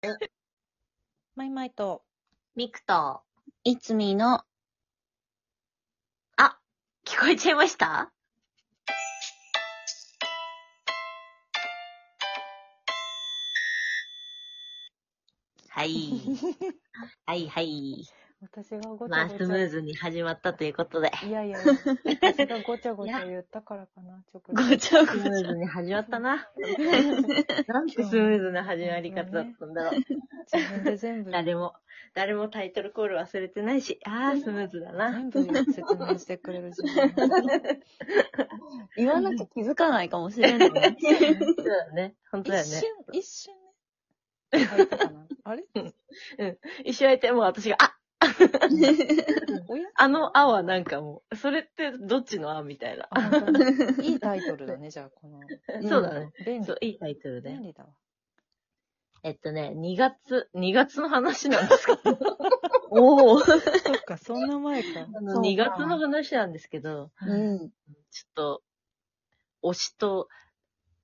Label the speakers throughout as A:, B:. A: うん
B: マイマイと、
A: ミクと、
B: いつみの、
A: 聞こえちゃいましたはい。はいはい。
B: 私がごちゃ
A: まあ、
B: ご
A: ス
B: ち
A: ム
B: ゃ
A: ー。ズに始まったということで。
B: いやいやいや、私がごちゃごちゃ言ったからかな、直
A: ごちゃごちゃ。スムーズに始まったな。なんて スムーズな始まり方だったんだろう。
B: 自分で全部、
A: 誰も、誰もタイトルコール忘れてないし、あースムーズだな。
B: 全部説明してくれる自分。
C: 言わなきゃ気づかないかもしれない。
A: そうだね。本当だよ
B: 一
A: ね
B: 瞬。、一瞬ね。入ったかなあ れ
A: 一緒にいて、もう私が、 あ
B: おや
A: あのあはなんかもう、それってどっちのあみたいな。
B: あ本当にいいタイトルだね、じゃあ、この。
C: ん
A: そうだね。
B: 便利
A: そう、。いいタイトルだ
B: 便
A: よ。
B: 利だわ。
A: えっとね、2月、2月の話なんですけ ど、
C: おお。
B: そっか、そんな前か。
A: あ
C: そ
A: の
C: うか
A: 2月の話なんですけど、
C: うん。
A: ちょっと、推しと、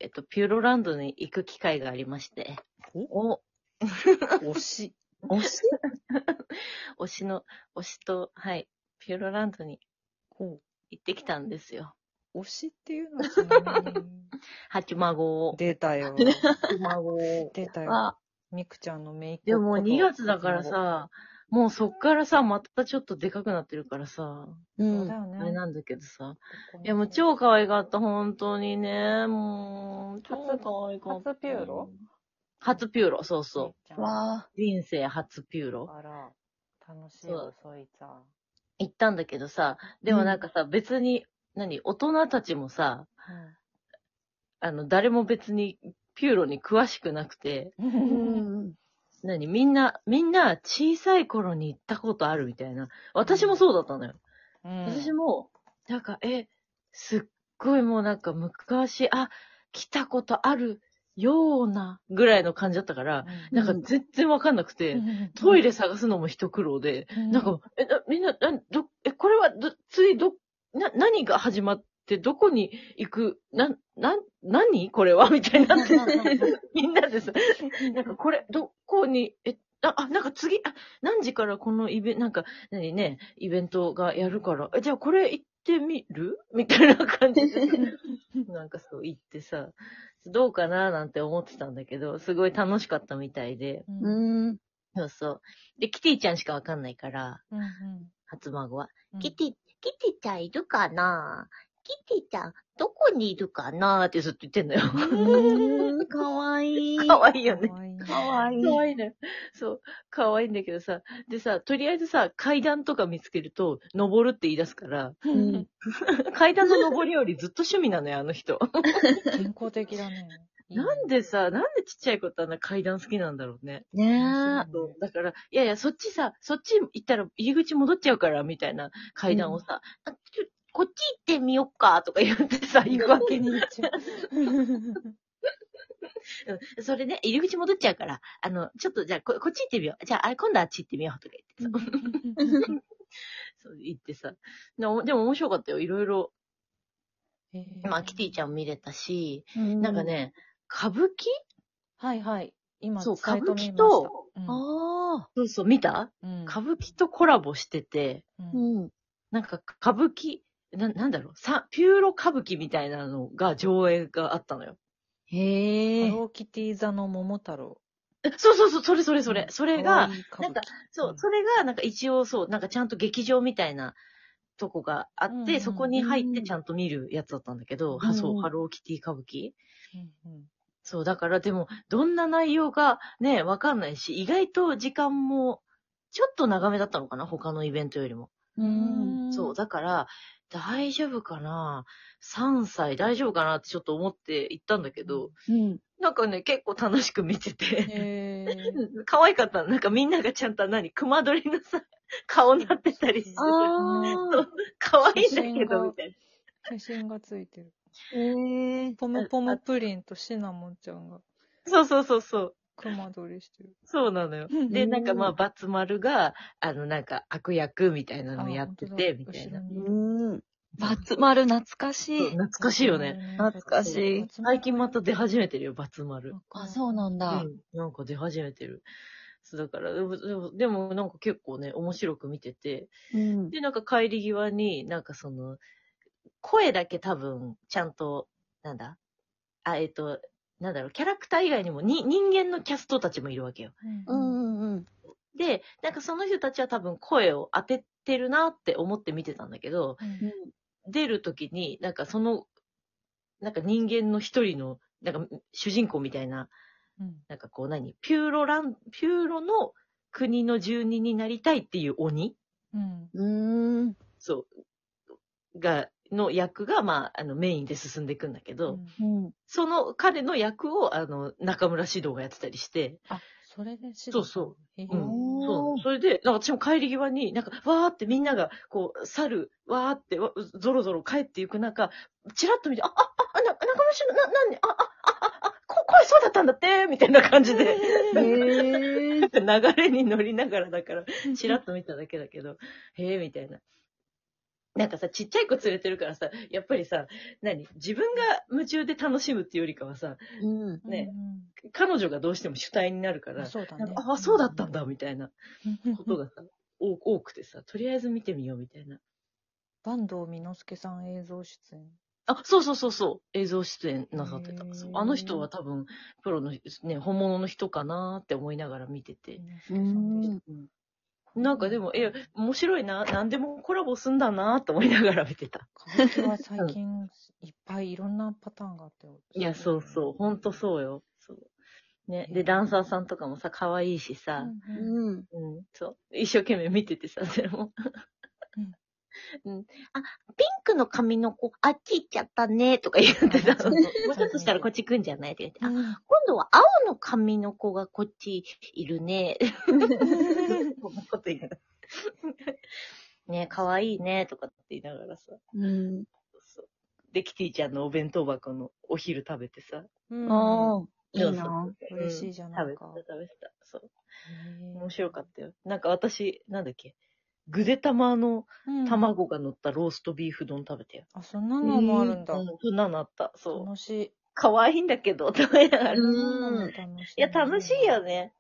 A: えっと、ピューロランドに行く機会がありまして、お
B: 推し。
C: 推し
A: 推しの、推しと、はい、ピューロランドに
B: ほ
A: 行ってきたんですよ。
B: う。推しっていうのはちなみに、
A: 八孫を。
B: 出たよ。
A: 八孫を。
B: 出たよ。
A: あ、
B: みくちゃんのメイク。
A: でも2月だから。さ、もうそっからさ、またちょっとでかくなってるからさ、
C: う
B: そうだ
C: ん。
B: よ
A: あれ
B: ね。
A: なんだけどさ、いや、もう超可愛かった、本当にね。もう、超可愛かった。
B: 初ピューロ
A: 初ピューロ、そうそう。
B: う
C: わあ。
A: 人生初ピューロ。
B: あら、楽しいわ、そいつは。
A: 行ったんだけどさ、でもなんかさ、別に、何、大人たちもさ、あの、誰も別にピューロに詳しくなくて、
B: う。
C: うんん。
A: 何、みんな、みんな小さい頃に行ったことあるみたいな。私もそうだったのよ。私
B: も。
A: も、なんか、え、すっごいもうなんか昔、あ、来たことあるようなぐらいの感じだったから、なんか全然わかんなくて、トイレ探すのも一苦労で、
B: レ
A: なんか、、え、なみんな、など、え、これは、ど、ついど、な、何が始まって、どこに行く、な、な、何これはみたいにな って、みんなでさ、なんかこれ、どこに、え、あ、あなんか次、あ、何時からこのイベント、なんか、何ね、イベントがやるから、えじゃあこれ行ってみるみたいな感じで、なんかそう行ってさ、どうかななんて思ってたんだけど、すごい楽しかったみたいで、
B: うん。
C: うん。
A: そうそう。で、キティちゃんしかわかんないから、初孫は。キティ、キティちゃんいるかなキティちゃん、どこにいるかなってずっと言ってんのよ。
C: うん。かわいい。
A: かわいいよね。
C: かわいい。
A: 可愛いね。そう。可愛いんだけどさ。でさ、とりあえずさ、階段とか見つけると、登るって言い出すから、
C: うん
A: 階段の登りよりずっと趣味なのよ、あの人。
B: 健康的だね。
A: なんでさ、なんでちっちゃい子ってあんな階段好きなんだろうね。
C: ね
A: そう。だから、いやいや、そっちさ、そっち行ったら入り口戻っちゃうから、みたいな階段をさ、あちょこっち行ってみよっか、とか言ってさ、行くわけに。うんそれね、入り口戻っちゃえから、あの、ちょっとじゃあこ、こっち行ってみよう。じゃあ、あれ今度あっち行ってみよう、とか言ってさ。そう言ってさ。でも、でも面白かったよ。いろいろ。まあ、キティちゃんも見れたし、
C: え。
A: なんか。ね、歌舞伎
B: はいはい。今、
A: そう、
B: サ
A: 歌
B: イト
A: 舞
B: 見ま
A: 伎
B: した
A: と、
B: うん
C: ああ。
A: そうそう、見た
B: うん
A: 歌舞伎とコラボしてて、
B: うん
C: うん。
A: なんか歌舞伎、な、なんだろう、さ、ピューロ歌舞伎みたいなのが上映があったのよ。
C: へ
B: ハ
C: え。
B: ローキティ座の桃太郎。
A: えそうそうそう、それそれそれ。
B: うん
A: それが、、
B: 可愛い歌舞伎
A: そう
B: う、ん
A: それが、なんか一応そう、なんかちゃんと劇場みたいなとこがあ
B: う
A: っ
B: んう
A: て、
B: ん
A: そこに入ってちゃんと見るやつだったんだけど、
C: う
A: は
C: ん
A: そう、ハローキティ歌舞伎
B: うんうん
A: そう、だからでも、どんな内容かね、わかんないし、意外と時間も、ちょっと長めだったのかな他のイベントよりも。
C: うん。
A: そう、だから、大丈夫かな ?3 歳大丈夫かなってちょっと思って行ったんだけど、
C: うん。
A: なんかね、結構楽しく見てて、
B: へー
A: 可愛かったのなんかみんながちゃんと何熊取りのさ、 顔になってたりして、
C: ああ。
A: 可愛いんだけど、みたいな。
B: 写真がついてる。
C: へえ。
B: ポムポムプリンとシナモンちゃんが
A: そうそうそうそう。
B: 熊取りしてる。
A: そうなのよ。
B: うん
A: で、なんかまあ、
C: うん
A: バツ丸が、あの、なんか悪役みたいなのをやって
B: あ
A: て、みたいな。
B: 本当だ後ろに
C: うん。バツ丸懐かしい。
A: 懐かしいよね。。
C: 懐かしい
A: 最近また出始めてるよ、バツ丸。
C: あ、そうなんだ。
A: うん、なんか出始めてる。そうだから、でも、でもでもなんか結構ね、面白く見てて、
C: うん。
A: で、なんか帰り際に、なんかその、声だけ多分、ちゃんと、なんだあ、えっ、と、なんだろう、キャラクター以外にも、に、人間のキャストたちもいるわけよ。
C: う
B: うん。
C: んうんうん。
A: で、なんかその人たちは多分声を当ててるなって思って見てたんだけど、出るときに、なんかその、なんか人間の一人の、なんか主人公みたいな
B: うん
A: なんかこう何ピューロラン、ピューロの国の住人になりたいっていう鬼
B: うん。
C: うん。う
A: そう。が、の役が、まあ、あの、メインで進んでいくんだけ
B: う
A: ど、
B: ん
C: ーん。
A: その彼の役を、あの、中村獅童がやってたりして、
B: あ、それで知。
A: そうそう
B: へえ
A: うんそう。それで、なんか私も帰り際に、なんか、わーってみんなが、こう、猿、わーって、わぞろぞろ帰っていく中、チラッと見て、あ、あ、あ、あな中村獅童、な、なに、あ、あ、あ、あ、あ、こ声そうだったんだって、みたいな感じで、
C: へえ。
A: なんか流れに乗りながらだから、チラッと見ただけだけど、へえ、みたいな。なんかさ、ちっちゃい子連れてるからさ、やっぱりさ、何自分が夢中で楽しむっていうよりかはさ、
C: うん。
A: ね
B: うん
A: 彼女がどうしても主体になるか
B: うん
A: ら、
B: そうだ
A: なん
B: ね
A: か。ああ、そうだったんだ、みたいな
B: うん
A: ことがさ、多多くてさ、とりあえず見てみよう、みたいな。
B: 坂東美之助さん映像出演。
A: あ、そうそうそうそう、映像出演なさってた
B: へ。ー
A: そうあの人は多分、プロの、ね、本物の人かなーって思いながら見てて。
B: 美之助さんでし
A: なんかでも、え、面白いな、なんでもコラボすんだなーって思いながら見てた。
B: た歌舞伎は最近いっぱいいろんなパターンがあって。
A: いや、そうそう、ほんとそうよ。そう。ね、で、ダンサーさんとかもさ、可愛いし
B: う
A: さ、
B: んうん。
C: うん。
A: うん、そう。一生懸命見ててさ、それも。うん、あ、ピンクの髪の子、あっち行っちゃったね、とか言ってさ、
B: うん
A: もうちょっとしたらこっち来んじゃないって言って、あ、
B: うん
A: 今度は青の髪の子がこっちい るね。こんなこと言いながら。ね、可愛いね、とかって言いながらさ。
C: うん。
A: そうで、キティちゃんのお弁当箱のお昼食べてさ。
B: うん
C: ああ。いい
A: そうそう
C: な。
A: そう
B: 嬉しいじゃんなんか
A: 食べてた、食べてた。そう。
B: へえ
A: 面白かったよ。なんか私、なんだっけ。ぐで玉の
B: うん
A: 卵が乗ったローストビーフ丼食べてよ。
B: あ、そんなのもあるんだ
A: う。ん、そんなのあった。そう。
B: 楽しい。
A: 可愛いんだけど、と思いながら。
C: うん
A: い
B: うん。
A: や、楽しいよ。ね。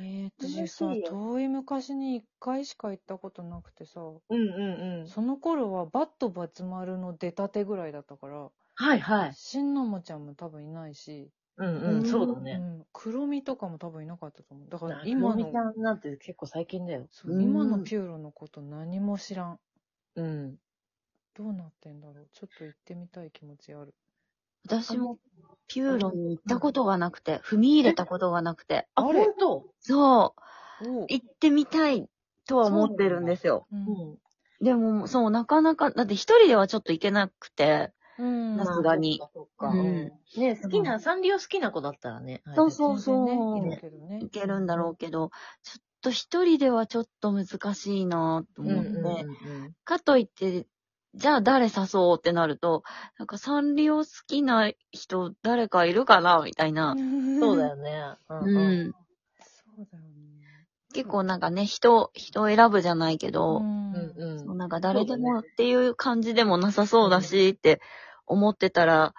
B: えー、私さ
A: 楽しい、よ
B: 遠い昔に一回しか行ったことなくてさ、
A: うんうんうん。
B: その頃はバットバツ丸の出たてぐらいだったから、
A: はいはい。
B: 新のもちゃんも多分いないし、
A: うんうん、
C: うん
A: そうだ
B: う
A: ね。
B: ん、黒みとかも多分いなかったと思う。だから
A: 今
B: 今
A: の。
B: の
A: ち、ゃんなんて結構最近だよ。
B: そう
C: うん
B: 今のピューロのこと何も知らん。
A: うん。
B: どうなってんだろう。ちょっと行ってみたい気持ちある。
C: 私もピューロに行ったことがなくて、踏み入れたことがなくて。
A: あ、
B: あ
A: ほ
B: れ
A: んと
C: そう。
B: おう
C: 行ってみたいとは思ってるんですよ。
B: うん
A: うん。
C: でも、そう、なかなか、だって一人ではちょっと行けなくて。
B: うん。
C: さすがに
A: まあ。そっかそっか
C: うん
A: ね好きな、サンリオ好きな子だったらね。
C: そうそうそう
B: 全然ねいるけどね
C: 行けるんだろうけど、ちょっと一人ではちょっと難しいなと
A: うんう
C: 思っ
A: ん
C: て、
A: うんうん。
C: かといって、じゃあ誰誘おうってなると、なんかサンリオ好きな人誰かいるかなみたいな。
A: そうだよね。う
C: うん。
A: ん。
B: そうだよね。
C: 結構なんかね、人、人を選ぶじゃないけ
B: う
C: ど、
B: ん。
A: うんうん。
C: なんか誰でもっていう感じでもなさそうだしって思ってたら、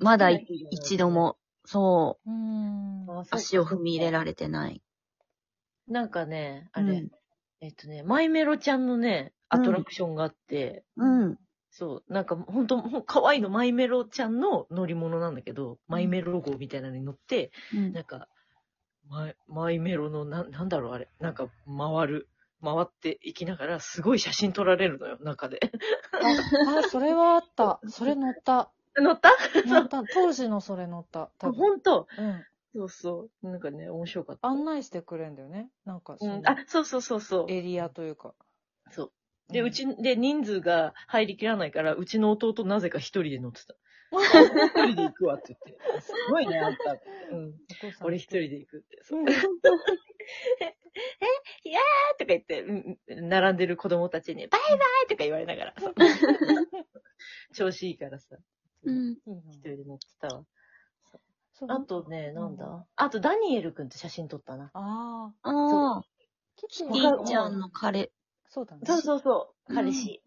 C: まだ一度。も、そう、
B: うん。
C: 足を踏み入れ
A: ら
C: られてない。
A: なんかね、あれ、
C: うん
A: えっとね、マイメロちゃんのね、アトラクションがあって、
C: うん。
A: そう、なんかほんと、ほん可愛いのマイメロちゃんの乗り物なんだけど、マイメロ号みたいなのに乗って、
C: うん
A: なんか、マイマイメロのな、なんだろうあれ、なんか回る、回っていきながら、すごい写真撮られるのよ、中で。
B: あ、それはあった。それ乗った。
A: 乗った
B: 乗った。当時のそれ乗った。多分。
A: ほんと
B: うん。
A: そうそう。なんかね、面白かった。
B: 案内してくれんだよね。なんか、そ
A: うん
B: の、
A: あ、そうそうそうそう。
B: エリアというか。
A: そう。で、
B: ん
A: う、ち、で、人数が入りきらないから、うちの弟なぜか一人で乗って た。一人で行くわって言って。すごいね、あんた。うん。
B: お父さん
A: 俺一人。で行くって。そう。え、いやーとか言って、うんうん並んでる子供たちに、バイバイとか言われながらさ。 調子いいからさ。
C: う
B: い
C: ん。
B: いない
A: 一人で乗ってたわ。
B: そう
A: あとね、なん
B: うん
A: だあと、ダニエル君と写真撮ったな。
B: ああ。
C: ああ、
B: キテ
C: りーちゃんの彼、
B: そうだね。
A: そうそうそう。
C: うん
A: 彼氏。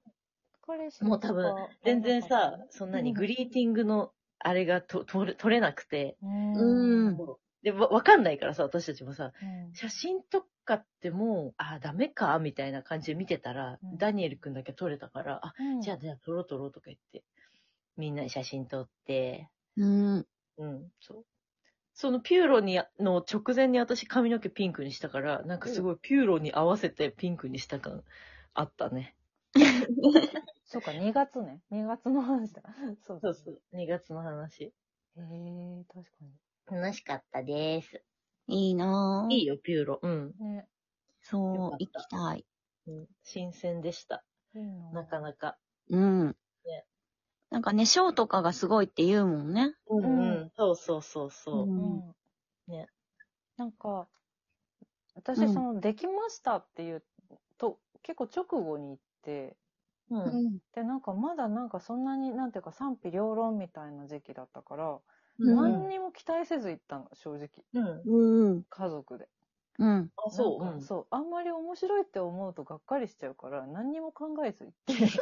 B: 彼氏
A: もう多分全然さ、そんなに
B: うん
A: グリーティングのあれがと取れ取れなくて。
B: う
C: うん
B: ん。
A: で、わわかんないからさ、私たちもさ、
B: うん
A: 写真とかってもう、あー、ダメかみたいな感じで見てたら、
B: うん
A: ダニエルくんだけ撮れたから、あ、
B: うん
A: じゃあ、じゃあ撮ろう撮ろうとか言って、みんなで写真撮って、
C: うん。
A: うん、そう。そのピューロに、の直前に私髪の毛ピンクにしたから、なんかすごいピューロに合わせてピンクにした感あったね。
B: そうか、2月ね。2月の話だ。 そう
A: そ
B: だ
A: うそう。2月の話。
B: へえ、確か
A: 楽しかったです。
C: いいなぁ。
A: いいよ、ピューロ。うん。
B: に。ね。
C: そ
A: よ
C: う
A: か、
C: 行
A: っ
C: きたい。
A: うん、新鮮でした。
B: いいの。
A: なかなか。
C: うん。なんかね、ショーとかがすごいって言うもんね。
A: うんん、そうそうそう
B: う
A: そう。
C: うん
B: ん。
A: ね。
B: なんか、
C: う
B: 私、
C: ん
B: その、できましたっていうと、結構直後に行って、
A: うん。うん
B: で、なんかまだなんかそんなに、なんていうか賛否両論みたいな時期だったから、
C: う。
A: なん
B: 何にも期待せず行ったの、正直。
A: うん。
C: うん。
B: 家族で。
C: うん。
A: あ、 そう。
B: なんかそう。あんまり面白いって思うとがっかりしちゃうから、何にも考えず行って。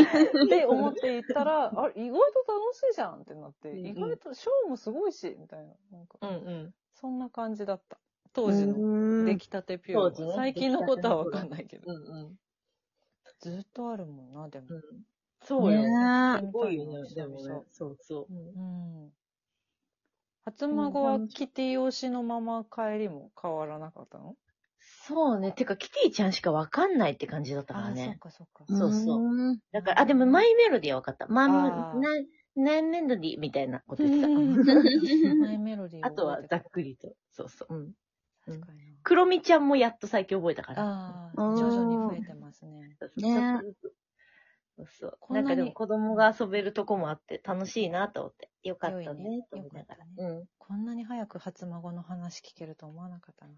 B: って思って行ったら、あれ、意外と楽しいじゃんってなって、
A: うんうん
B: 意外とショーもすごいし、みたいな。なんか、
A: うんうん。
B: そんな感じだった。当時の出来たてピュ
A: 当時
B: ー
A: ね
B: ロ。最近のことはわかんないけど。
A: うんうん。
B: ずっとあるもんな、でも
A: う。ん、そうよ。
C: ね
A: すごいよね、でもね。そうそう。うん
B: うん。初孫はキティ推しのまま帰りも変わらなかったの
A: そうね。てか、キティちゃんしかわかんないって感じだったから
B: あ、そっ
A: ね。
B: かそっか。
A: うんそうそう
C: う。
A: だから、あ、でも、マイメロディはわかった。マ
B: あー
A: ン、な、何メロディみたいなこと言って
B: マイメロディー
A: た。あとは、ざ
B: だ
A: っくりと。そうそう。うん。
B: 確かにな。
A: クロミちゃんもやっと最近覚えたから。
B: ああ、
C: うん
B: 徐々に増えてますね。
A: そうそう
C: ね
A: ちょっとずつそうそう。
B: こんな
A: な
B: に
A: んかでも子供が遊べるとこもあって楽しいなと思って。よかった
B: 良い
A: ね
B: ね、
A: と思いながら。
B: 良
A: うん。
B: こんなに早く初孫の話聞けると思わなかったな。